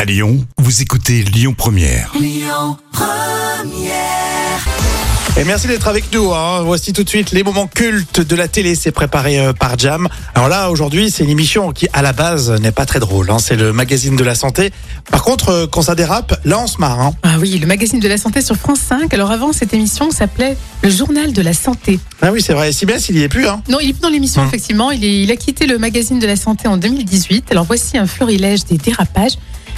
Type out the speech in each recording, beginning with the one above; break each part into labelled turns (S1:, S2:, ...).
S1: À Lyon, vous écoutez Lyon Première.
S2: Et merci d'être avec nous. hein. Voici tout de suite les moments cultes de la télé. C'est préparé euh, par Jam. Alors là, aujourd'hui, c'est une émission qui, à la base, n'est pas très drôle. hein. C'est le magazine de la santé. Par contre, euh, quand ça dérape, là, on se marre. hein.
S3: Ah oui, le magazine de la santé sur France 5. Alors avant, cette émission s'appelait Le Journal de la Santé.
S2: Ah oui, c'est vrai. CBS, il y est plus. Hein.
S3: Non, il est plus dans l'émission,
S2: Hum.
S3: effectivement. Il, est- il a quitté le magazine de la santé en 2018. Alors voici un florilège des dérapages.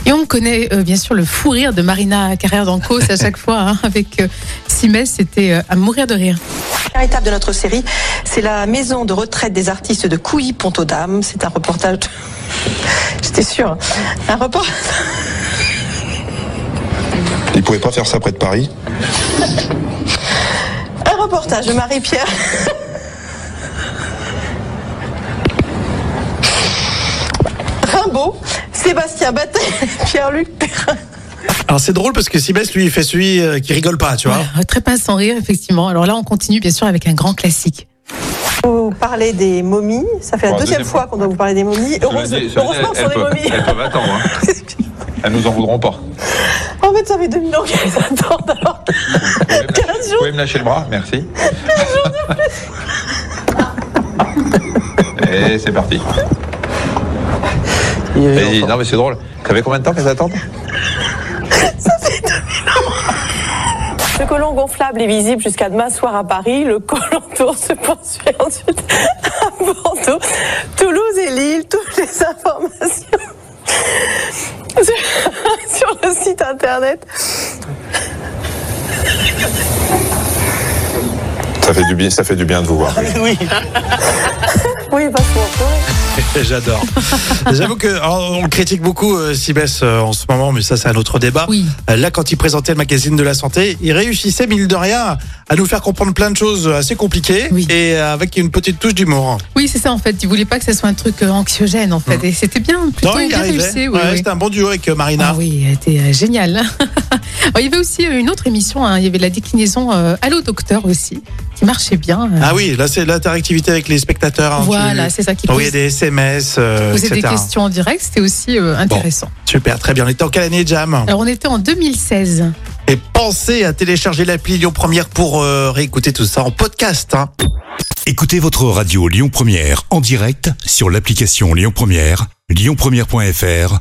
S3: Et on connaît euh, bien sûr le fou rire de Marina Carrère d'Ancos à chaque fois. hein, avec euh, Simès, c'était euh, à mourir de rire.
S4: Première étape de notre série, c'est la maison de retraite des artistes de Couilly-Pont-aux-Dames. C'est un reportage. J'étais sûre. hein. Un reportage.
S5: Ils pouvaient pas faire ça près de Paris.
S4: Un reportage de Marie-Pierre. Rimbaud, Sébastien Battel, Pierre-Luc Perrin.
S2: Alors c'est drôle parce que CBS, lui, il fait celui euh, qui rigole pas, tu vois.
S3: Voilà, très pince sans rire, effectivement. Alors là, on continue bien sûr avec un grand classique.
S4: Vous parlez des momies. Ça fait la
S6: Bon,
S4: deuxième,
S6: deuxième
S4: fois qu'on doit vous parler des momies.
S6: Cela
S4: Heureusement
S6: dit- cela dit,
S4: heureusement que ce sont
S6: elles,
S4: des
S6: peuvent, elles
S4: momies.
S6: peuvent attendre. hein. Elles nous en voudront pas.
S4: En fait, ça fait 2000 ans qu'elles attendent. Alors,
S6: Vous pouvez me lâcher-
S4: 15
S6: vous
S4: jours.
S6: pouvez me lâcher le bras, merci. Et c'est parti. Et- non mais c'est drôle. Ça fait combien de temps qu'elles attendent
S4: Le colon gonflable est visible jusqu'à demain soir à Paris. Le colon tour se poursuit ensuite à Bordeaux, Toulouse et Lille. Toutes les informations sur, sur le site internet.
S5: Ça fait du bien, ça fait du bien de vous voir.
S4: Oui, parce que
S2: J'adore. J'avoue que alors, on critique beaucoup euh, CBS euh, en ce moment, mais ça c'est un autre débat.
S3: Oui.
S2: Euh, Là, quand il présentait le magazine de la santé, il réussissait mille de rien à nous faire comprendre plein de choses euh, assez compliquées
S3: Oui.
S2: et euh, avec une petite touche d'humour.
S3: Oui, c'est ça en fait. Il voulait pas que ça soit un truc euh, anxiogène en fait. Et c'était bien, plutôt
S2: Hein. Non, il
S3: bien
S2: arrivait.
S3: réussi. oui,
S2: Ouais,
S3: oui.
S2: C'était un bon duo avec euh, Marina.
S3: Ah oui, c'était euh, génial. Alors, il y avait aussi euh, une autre émission, hein, il y avait la déclinaison euh, Allô Docteur aussi, qui marchait bien. euh.
S2: Ah oui, là c'est l'interactivité avec les spectateurs. hein,
S3: voilà,
S2: tu-
S3: c'est ça qui
S2: envoyer
S3: posait,
S2: des SMS, euh,
S3: posait des
S2: etc.
S3: questions en direct, c'était aussi euh, intéressant.
S2: Super, très bien. On était en quelle année, Jam
S3: Alors on était en 2016.
S2: Et pensez à télécharger l'appli Lyon Première pour euh, réécouter tout ça en podcast. hein.
S1: Écoutez votre radio Lyon Première en direct sur l'application Lyon Première, lyonpremière.fr